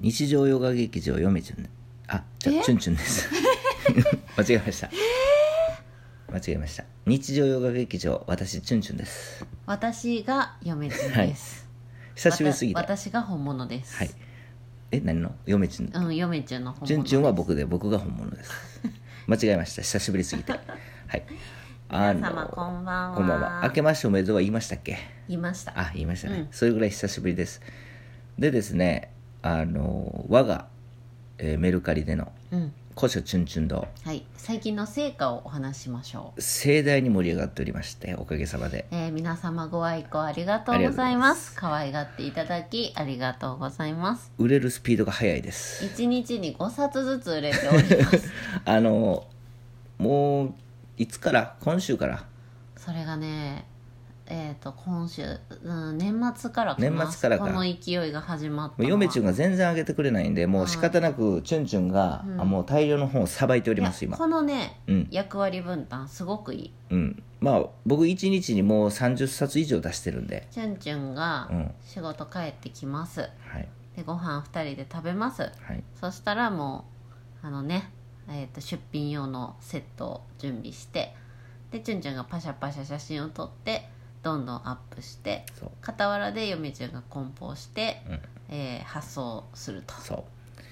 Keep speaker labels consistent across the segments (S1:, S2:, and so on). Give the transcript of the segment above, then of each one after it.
S1: 日常ヨガ劇場よめちゅんねあじゃ
S2: え
S1: あチュンチュンです 間違えました間違えました日常ヨガ劇場私チュンチュンです
S2: 私が嫁ちんです、
S1: 久しぶりすぎて
S2: わた私が本物です
S1: はいえ何のよめちゅん
S2: うん嫁ちんの本物
S1: チュンチュンは僕で僕が本物です 間違えました久しぶりすぎてはいあ
S2: 皆様こんばんは
S1: こんばんは明けましておめでとうは言いましたっけ
S2: 言いました
S1: あ言いましたね、
S2: うん
S1: それぐらい久しぶりですでですねあの我が、えーメルカリでの
S2: うん
S1: 古書チュンチュン堂
S2: はい最近の成果をお話ししましょう
S1: 盛大に盛り上がっておりましておかげさまで
S2: えー皆様ご愛顧ありがとうございます可愛がっていただきありがとうございます
S1: 売れるスピードが速いです
S2: 一日に5冊ずつ売れております
S1: あのもういつから今週から
S2: それがねえっ、と今週、うん、年末からかな
S1: 年末からか
S2: この勢いが始まっ
S1: も
S2: た
S1: う
S2: のは
S1: 嫁ちゅんが全然上げてくれないんでもう仕方なくチュンチュンが、
S2: うん
S1: あもう大量の本をさばいております
S2: い
S1: 今
S2: やこのね、
S1: うん
S2: 役割分担すごくいい
S1: うんまあ僕1日にもう30冊以上出してるんで
S2: チュンチュンが
S1: うん
S2: 仕事帰ってきます
S1: はい
S2: でご飯2人で食べます
S1: はい
S2: そしたらもうあのね、えー、と出品用のセットを準備してでチュンチュンがパシャパシャ写真を撮ってどんどんアップして
S1: そう
S2: 傍らで嫁ちゃんが梱包して、
S1: うん
S2: えー発送すると
S1: そ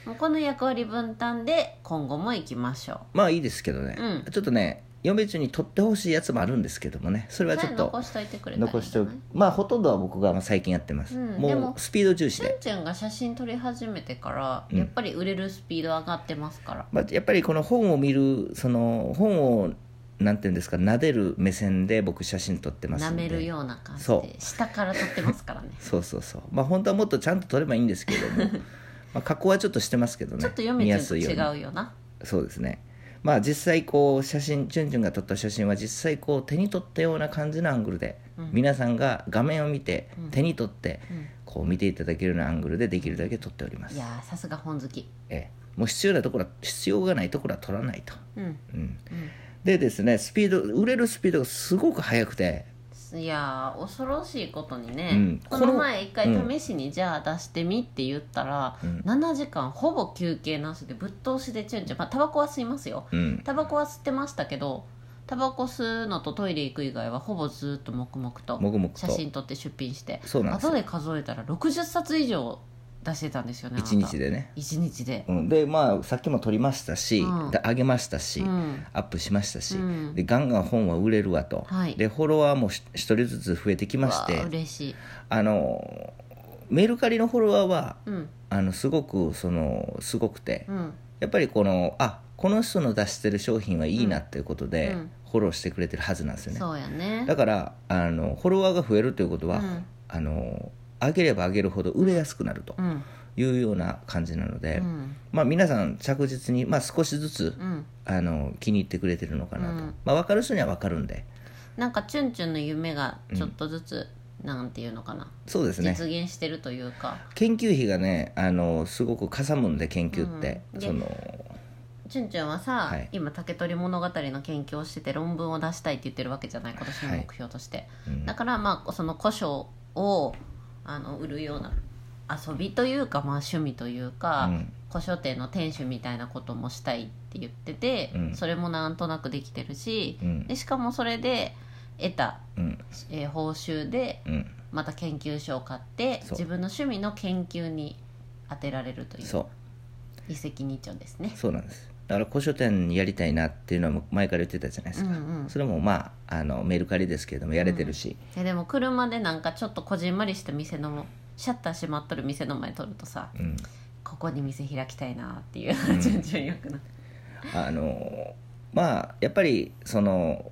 S1: う
S2: もうこの役割分担で今後も行きましょ
S1: まあいいですけどね、
S2: うん
S1: ちょっとね嫁ちゅんに取ってほしいやつもあるんですけどもねそれは
S2: う
S1: ちょっ
S2: ね
S1: と
S2: 残しといてくれたらいい
S1: 残
S2: ん
S1: し
S2: じ
S1: て
S2: ゃ
S1: お
S2: ない
S1: くまあほとんどは僕が最近やってます、
S2: うんで
S1: も
S2: も
S1: うスピード重視
S2: チュ
S1: で
S2: ン、チュンが写真撮り始めてから、
S1: うん
S2: やっぱり売れるスピード上がってますから
S1: まあ、やっぱりこの本を見るその本をなんていうんですか撫でる目線で僕写真撮ってます
S2: 舐
S1: んで
S2: めるような感じ
S1: そ
S2: で下から撮ってま すからね
S1: そうそうそうまあ本当はもっとちゃんと撮ればいいんですけども まあ加工はちょっとしてますけどね
S2: ちょっと嫁
S1: 見
S2: ちゃ
S1: や
S2: んと
S1: すいよ
S2: 違
S1: うに
S2: うよな
S1: そうですねまあ実際こう写真チュンチュンが撮った写真は実際こう手に取ったような感じのアングルで、
S2: うん
S1: 皆さんが画面を見て、手に取って、
S2: うん
S1: こう見ていただけるようなアングルでできるだけ撮っております
S2: いやーさすが本好き
S1: ええもう必要なところは必要がないところは撮らないと、
S2: うん
S1: うんでですねスピード売れるスピードがすごく速くて
S2: いやー恐ろしいことにね、
S1: うん
S2: この前一
S1: こ
S2: 回
S1: の
S2: 試しに、じゃあ出してみって言ったら、
S1: うん
S2: 7時間ほぼ休憩なしでぶっ通しでチュンチュンまあタバコは吸いますよ
S1: うん
S2: タバコは吸ってましたけどタバコ吸うのとトイレ行く以外はほぼずっと黙々と
S1: 黙々と
S2: 写真撮って出品して
S1: そうなんですよ
S2: 後で数えたら60冊以上出してたんですよね
S1: 1日
S2: で
S1: でね、
S2: 1日で、
S1: うん、でまあさっきも撮りましたし、
S2: うん
S1: で上げましたし、
S2: うん
S1: アップしましたし、
S2: うん
S1: でガンガン本は売れるわと、
S2: はい
S1: でフォロワーもし一人ずつ増えてきまし
S2: わあ
S1: て
S2: 嬉しい、
S1: あのメルカリのフォロワーは
S2: うん
S1: あのすごくそのすごくて、
S2: うん、
S1: やっぱりこのあこの人の出してる商品はいいなっていうことで、
S2: うん
S1: フォローしてくれてるはずなんですよね
S2: そうやね
S1: だからあのフォロワーが増えるということは、
S2: うん
S1: あの上げれば上げるほど売れやすくなると
S2: うん
S1: いうような感じなので、
S2: うん
S1: まあ、皆さん着実に、まあ、少しずつ、
S2: うん
S1: あの気に入ってくれてるのかなと、
S2: うん
S1: まあ、分かる人には分かるんで
S2: なんかチュンチュンの夢がちょっとずつ、なんていうのかな
S1: そうですね
S2: 実現してるというか
S1: 研究費がねあのすごくかさむんで研究って、
S2: うんで
S1: その
S2: チュンチュンはさ、
S1: はい
S2: 今竹取物語の研究をしてて論文を出したいって言ってるわけじゃない今年の目標として、
S1: うん
S2: だからまあその古書をあの売るような遊びというか、まあ、趣味というか、
S1: うん
S2: 古書店の店主みたいなこともしたいって言ってて、
S1: うん
S2: それもなんとなくできてるし、
S1: うん
S2: でしかもそれで得た、
S1: うん
S2: えー報酬で
S1: うん
S2: また研究所を買って
S1: そう
S2: 自分の趣味の研究に当てられるという
S1: そう
S2: 一石二鳥ですね。
S1: そうなんですだから古書店やりたいなっていうのはもう前から言ってたじゃないですか、
S2: うんうん
S1: それもまああのメルカリですけれどもやれてるし、
S2: えでも車でなんかちょっとこじんまりした店のシャッター閉まっとる店の前撮るとさ
S1: うん
S2: ここに店開きたいなっていう順々よくなる
S1: あのまあやっぱりその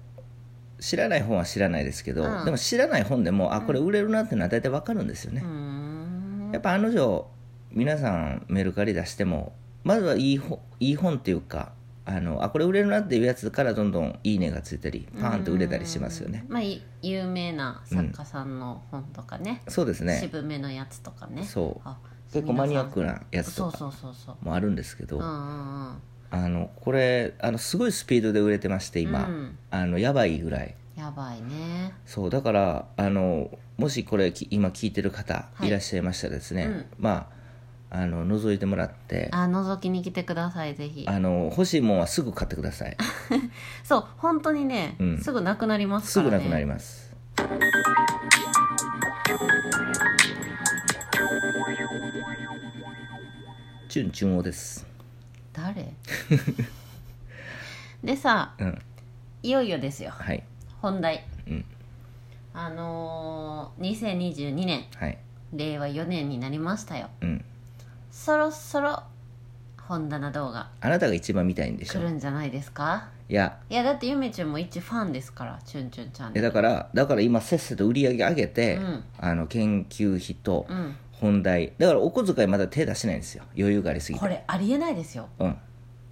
S1: 知らない本は知らないですけど、
S2: うん
S1: でも知らない本でもあこれ売れるなっていうのは大体分かるんですよ
S2: うー
S1: ね、
S2: ん
S1: やっぱあの女皆さんメルカリ出してもまずはいい本いい本っていうかあのあこれ売れるなっていうやつからどんどんいいねがついたりパーンと売れたりしますよね、
S2: うんまあい有名な作家さんの本とかね、
S1: そうですね
S2: 渋めのやつとかね
S1: そう
S2: あ
S1: 結構マニアックなやつ
S2: そ
S1: と
S2: う
S1: か
S2: そうそうそう
S1: もあるんですけど、
S2: うんうんうん
S1: あのこれあのすごいスピードで売れてまして今、
S2: うん
S1: あのやばいぐらい
S2: やばいね
S1: そうだからあのもしこれき今聞いてる方
S2: はい
S1: いらっしゃいましたらですね、
S2: うん
S1: まああの覗いてもらって
S2: あ覗きに来てくださいぜひ
S1: あの欲しいもんはすぐ買ってください
S2: そう本当にね、
S1: うん
S2: すぐなくなります
S1: す
S2: か
S1: ぐ
S2: ら、ね、
S1: なくなりますチュンチュンオです
S2: 誰でさ
S1: うん
S2: いよいよですよ
S1: はい
S2: 本題
S1: うん
S2: あのー、2022年
S1: はい
S2: 令和4年になりましたよ
S1: うん
S2: そろそろ本棚動画
S1: あなたが一番見たいんでし
S2: 来
S1: ょ
S2: るんじゃないですか
S1: いや
S2: いやだってゆめちゃんも一ファンですからチュンチュンチャン
S1: え
S2: ネル
S1: だからだから今せっせと売り上げ上げて、
S2: うん
S1: あの研究費と
S2: うん
S1: 本題だからお小遣いまだ手出してないんですよ余裕がありすぎて
S2: これありえないですよ
S1: うん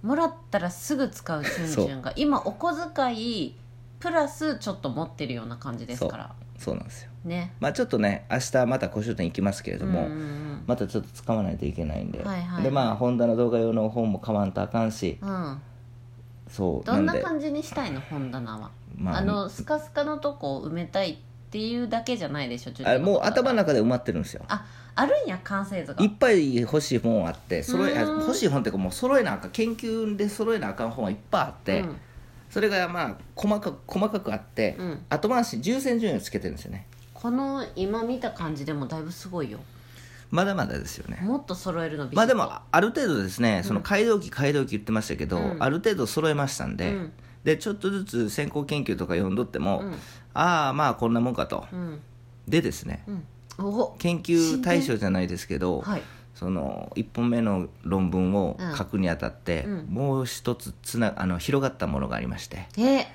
S2: もらったらすぐ使うチュンチュンが今お小遣いプラスちょっと持ってるような感じですから
S1: そうなんですよ
S2: ね
S1: まあちょっとね明日また古書店行きますけれども、
S2: うんうん
S1: またちょっと使わないといけないんで、
S2: はいはい
S1: でまあ本棚動画用の本も買わんとあかんし
S2: うんうん
S1: そう
S2: どんな
S1: で
S2: 感じにしたいの本棚は
S1: まあ
S2: あのスカスカのとこを埋めたいっていうだけじゃないでしょちょっと
S1: あれもう頭の中で埋まってるんですよ
S2: ああるんや完成図が
S1: いっぱい欲しい本あって揃えあ
S2: うん
S1: 欲しい本っていうかもう揃えなあかん研究で揃えなあかん本はいっぱいあって、
S2: うん
S1: それがまあ細かく細かくあって、
S2: うん
S1: 後回し重戦順位をつけてるんですよね
S2: この今見た感じでもだいぶすごいよ
S1: まだまだですよね
S2: もっと揃えるのビシッと
S1: まあでもあある程度ですねその
S2: うん
S1: 買い時買い時言ってましたけど、
S2: うん
S1: ある程度揃えましたんで、
S2: うん
S1: でちょっとずつ先行研究とか読んどっても、
S2: うん
S1: ああまあこんなもんかと、
S2: うん
S1: でですね
S2: うんお
S1: 研究対象じゃないですけど、
S2: はい
S1: その1本目の論文を書くにあたって、
S2: うん
S1: もう一つつなあの広がったものがありまして
S2: え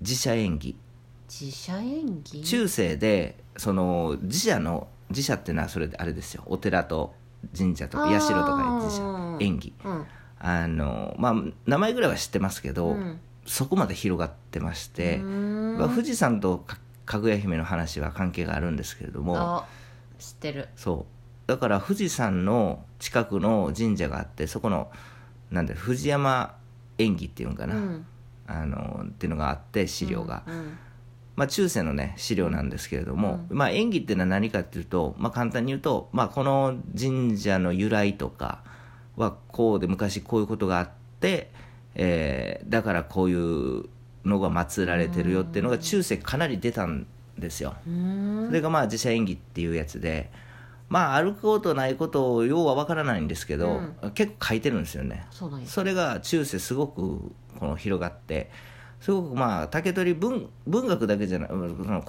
S1: 自社演技
S2: 自社演技
S1: 中世でその自社の自社っていうのはそれであれですよお寺と神社と
S2: あ
S1: か
S2: ー
S1: 社とか自社演技
S2: うん
S1: あのまあ名前ぐらいは知ってますけど、
S2: うん
S1: そこまで広がってまして、
S2: うーん
S1: まあ富士山とかかぐや姫の話は関係があるんですけれども
S2: あ知ってる
S1: そうだから富士山の近くの神社があってそこのなんだろう富山縁起っていうんかな、
S2: うん
S1: あのっていうのがあって資料が、
S2: うん
S1: まあ、中世のね資料なんですけれども、まあ、縁起っていうのは何かっていうと、まあ、簡単に言うと、まあ、この神社の由来とかはこうで昔こういうことがあって、えーだからこういうのが祀られてるよっていうのが中世かなり出たんですよ。
S2: うーん
S1: それがまあ自社演技っていうやつで、まあ、あることないことを要は分からないんですけど、結構書いてるんですよね。
S2: そうなんや
S1: それが中世すごくこの広がってすごくまあ竹取文文学だけじゃなく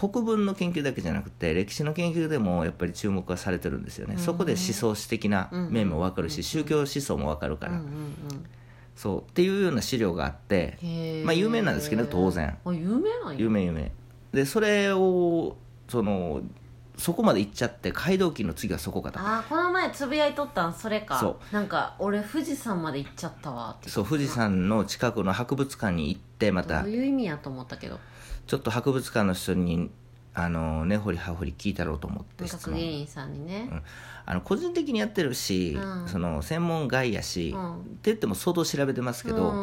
S1: 国文の研究だけじゃなくて歴史の研究でもやっぱり注目はされてるんですよね、そこで思想史的な面も分かるし、宗教思想も分かるから、
S2: うんうん
S1: そうっていうような資料があって
S2: うんへー
S1: まあ有名なんですけど当然
S2: あ有名なんや
S1: 有名有名でそれをそのそこまで行っちゃって街道記の次はそこかと
S2: あーこの前つぶやいとったんそれか
S1: そう
S2: なんか俺富士山まで行っちゃったわって
S1: そう富士山の近くの博物館に行ってまた
S2: どういう意味やと思ったけど
S1: ちょっと博物館の人にあの根掘り葉掘り聞いたろうと思って質
S2: 学
S1: 問
S2: 芸員さんにね、
S1: あの個人的にやってるし、
S2: うん
S1: その専門外やし、
S2: う
S1: っ
S2: ん
S1: て言っても相当調べてますけど、
S2: う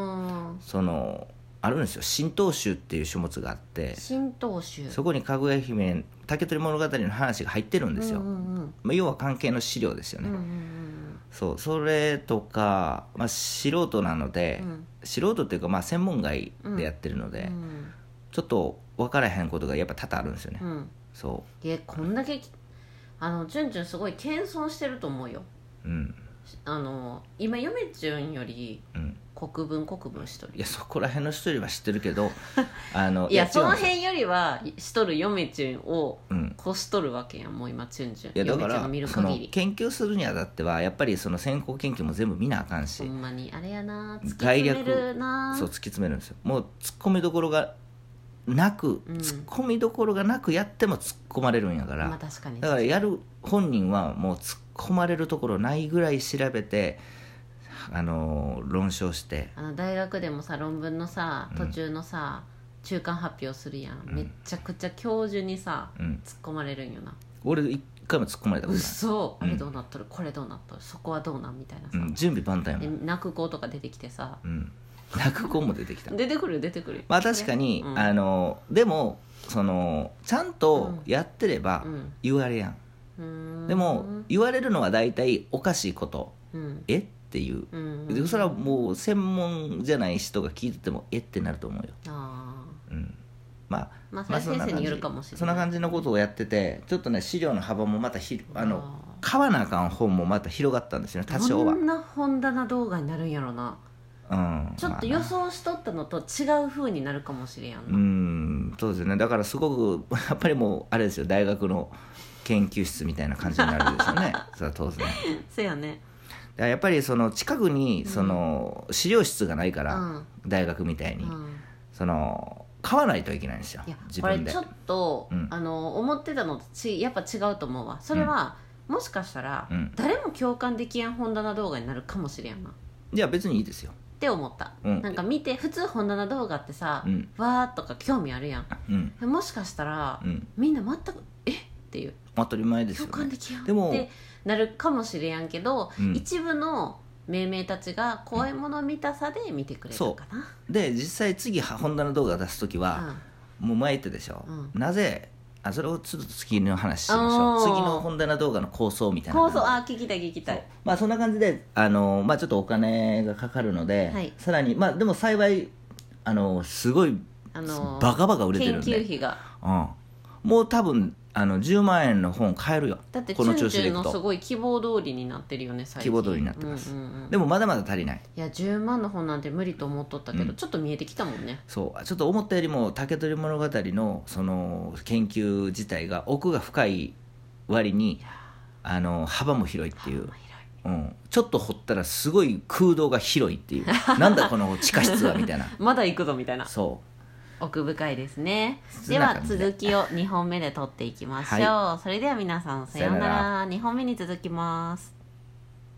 S2: ん
S1: そのあるんですよ神道宗っていう書物があって
S2: 神道宗
S1: そこにかぐや姫竹取物語の話が入ってるんですよ、
S2: うんうん
S1: まあ、要は関係の資料ですよ
S2: うんう
S1: ね、
S2: んうん
S1: そうそれとか、まあ、素人なので、
S2: うん
S1: 素人っていうか、まあ、専門外でやってるので、
S2: うん
S1: ちょっと分からへんことがやっぱ多々あるんですよね、
S2: うん
S1: そ
S2: えこんだけあのチュンチュンすごい謙遜してると思うよ
S1: ううん
S2: あの今嫁ちゅんより
S1: うん
S2: 国分国分しと
S1: い
S2: る
S1: やそこら辺の人よりは知ってるけ どあの
S2: いや
S1: 違
S2: その
S1: うんですよ
S2: 辺よりはしとる嫁ちゅんを
S1: うん
S2: 越しとるわけやんもう今チュンチュン
S1: いやだか
S2: 嫁ちゅんが見
S1: ら
S2: る
S1: その
S2: 限り
S1: 研究するにあたってはやっぱりその先行研究も全部見なあかんし、
S2: ほんまにあれやな突き
S1: 概
S2: 詰
S1: 略
S2: めるな
S1: そう突き詰めるんですよもう突っ込みどころがなく、
S2: うん
S1: 突っ込みどころがなくやっても突っ込まれるんやから、
S2: まあ確かに
S1: だからやる本人はもう突っ込まれるところないぐらい調べてあのー論証して
S2: あの大学でもさ論文のさ
S1: うん
S2: 途中のさ、中間発表するやん、
S1: うん
S2: めっちゃくちゃ教授にさ
S1: うん
S2: 突っ込まれるんよな
S1: 俺一回も突っ込まれたことない、
S2: 嘘、
S1: うん
S2: あれどうなっとるこれどうなっとるそこはどうなんみたいな
S1: う
S2: さ、
S1: ん、準備万端やも
S2: で
S1: ん、
S2: 泣く子とか出てきてさ
S1: うん、落語も出てきた
S2: 出てくるよ出てくるよ
S1: まあ確かに、
S2: うん
S1: あのでもそのちゃんとやってれば
S2: うん
S1: 言われやん、
S2: うーん
S1: でも言われるのは大体おかしいこと
S2: うん
S1: えっていう
S2: うん
S1: でそれはもう専門じゃない人が聞いててもえってなると思うよ、
S2: あ
S1: うん、まあ
S2: ーまあそ
S1: ま
S2: れ
S1: あそん
S2: 先
S1: な
S2: 生
S1: 感
S2: に
S1: じ
S2: よるかもしれない、
S1: そんな感じのことをやっててちょっとね資料の幅もまたひあの
S2: あ
S1: 買わなあかん本もまた広がったんですよね多
S2: ー
S1: 少
S2: ど
S1: は、
S2: んな本棚動画になるんやろな
S1: うん、
S2: ちょっと予想しとったのと違う風になるかもしれんやん
S1: う
S2: な、
S1: んそうですねだからすごく やっぱりもうあれですよ大学の研究室みたいな感じになるでしょう ねそれは当然
S2: そうやね
S1: やっぱりその近くにその資料室がないから、
S2: うん
S1: 大学みたいに、
S2: うん
S1: その買わないといけないんですよ
S2: いや
S1: 自
S2: これ
S1: 分で
S2: ちょっと、
S1: うん
S2: あの思ってたのとちやっぱ違うと思うわそれは、もしかしたら、
S1: うん
S2: 誰も共感できやん本棚動画になるかもしれんなっ
S1: いや別にいいですよ
S2: て思った、
S1: うん
S2: なんか見て普通本棚動画ってさ、
S1: うん
S2: わーっとか興味あるや
S1: うん
S2: んもしかしたら、
S1: うん
S2: みんな全くえっていう
S1: 当たり前ですよ、
S2: 共
S1: ね、
S2: 感できやんっ
S1: でも
S2: てなるかもしれやんけど、
S1: うん
S2: 一部の命名たちが怖いもの見たさで見てくれるかな、
S1: で実際次本棚動画出す時は、もう前言ったでしょ、
S2: う
S1: なぜあそれをちょっと次の話しましょう
S2: おー
S1: 次の本棚動画の構想みた
S2: うん
S1: いな
S2: 構
S1: 感じ
S2: 想あー聞きたい聞きたい
S1: まあそんな感じであの、まあ、ちょっとお金がかかるので、
S2: はい
S1: さらにまあでも幸いあのすごい
S2: あのー
S1: バカバカ売れて
S2: 研
S1: るんで
S2: 究費が
S1: うん、もう多分あの10万円の本買えるよ
S2: だってチ
S1: こ
S2: ュ
S1: の
S2: ン
S1: 調
S2: チ
S1: 子でい
S2: ュン
S1: く
S2: のす
S1: と
S2: ごい希望通りになってるよね最
S1: 希
S2: 近
S1: 望通りになってます
S2: うんうんうん
S1: でもまだまだ足りない
S2: いや10万の本なんて無理と思っとったけど、
S1: うん
S2: ちょっと見えてきたもんね
S1: そうちょっと思ったよりも「竹取物語の」その研究自体が奥が深い割にあの幅も広いっていう、うん、ちょっと掘ったらすごい空洞が広いっていうなんだこの地下室はみた いな
S2: まだ行くぞみたいな
S1: そ
S2: 奥深いですね
S1: そ
S2: で
S1: んな
S2: は
S1: 感じで
S2: 続きを2本目で撮っていきましょう、それでは皆さんさようなら
S1: さような
S2: 2本目に続きます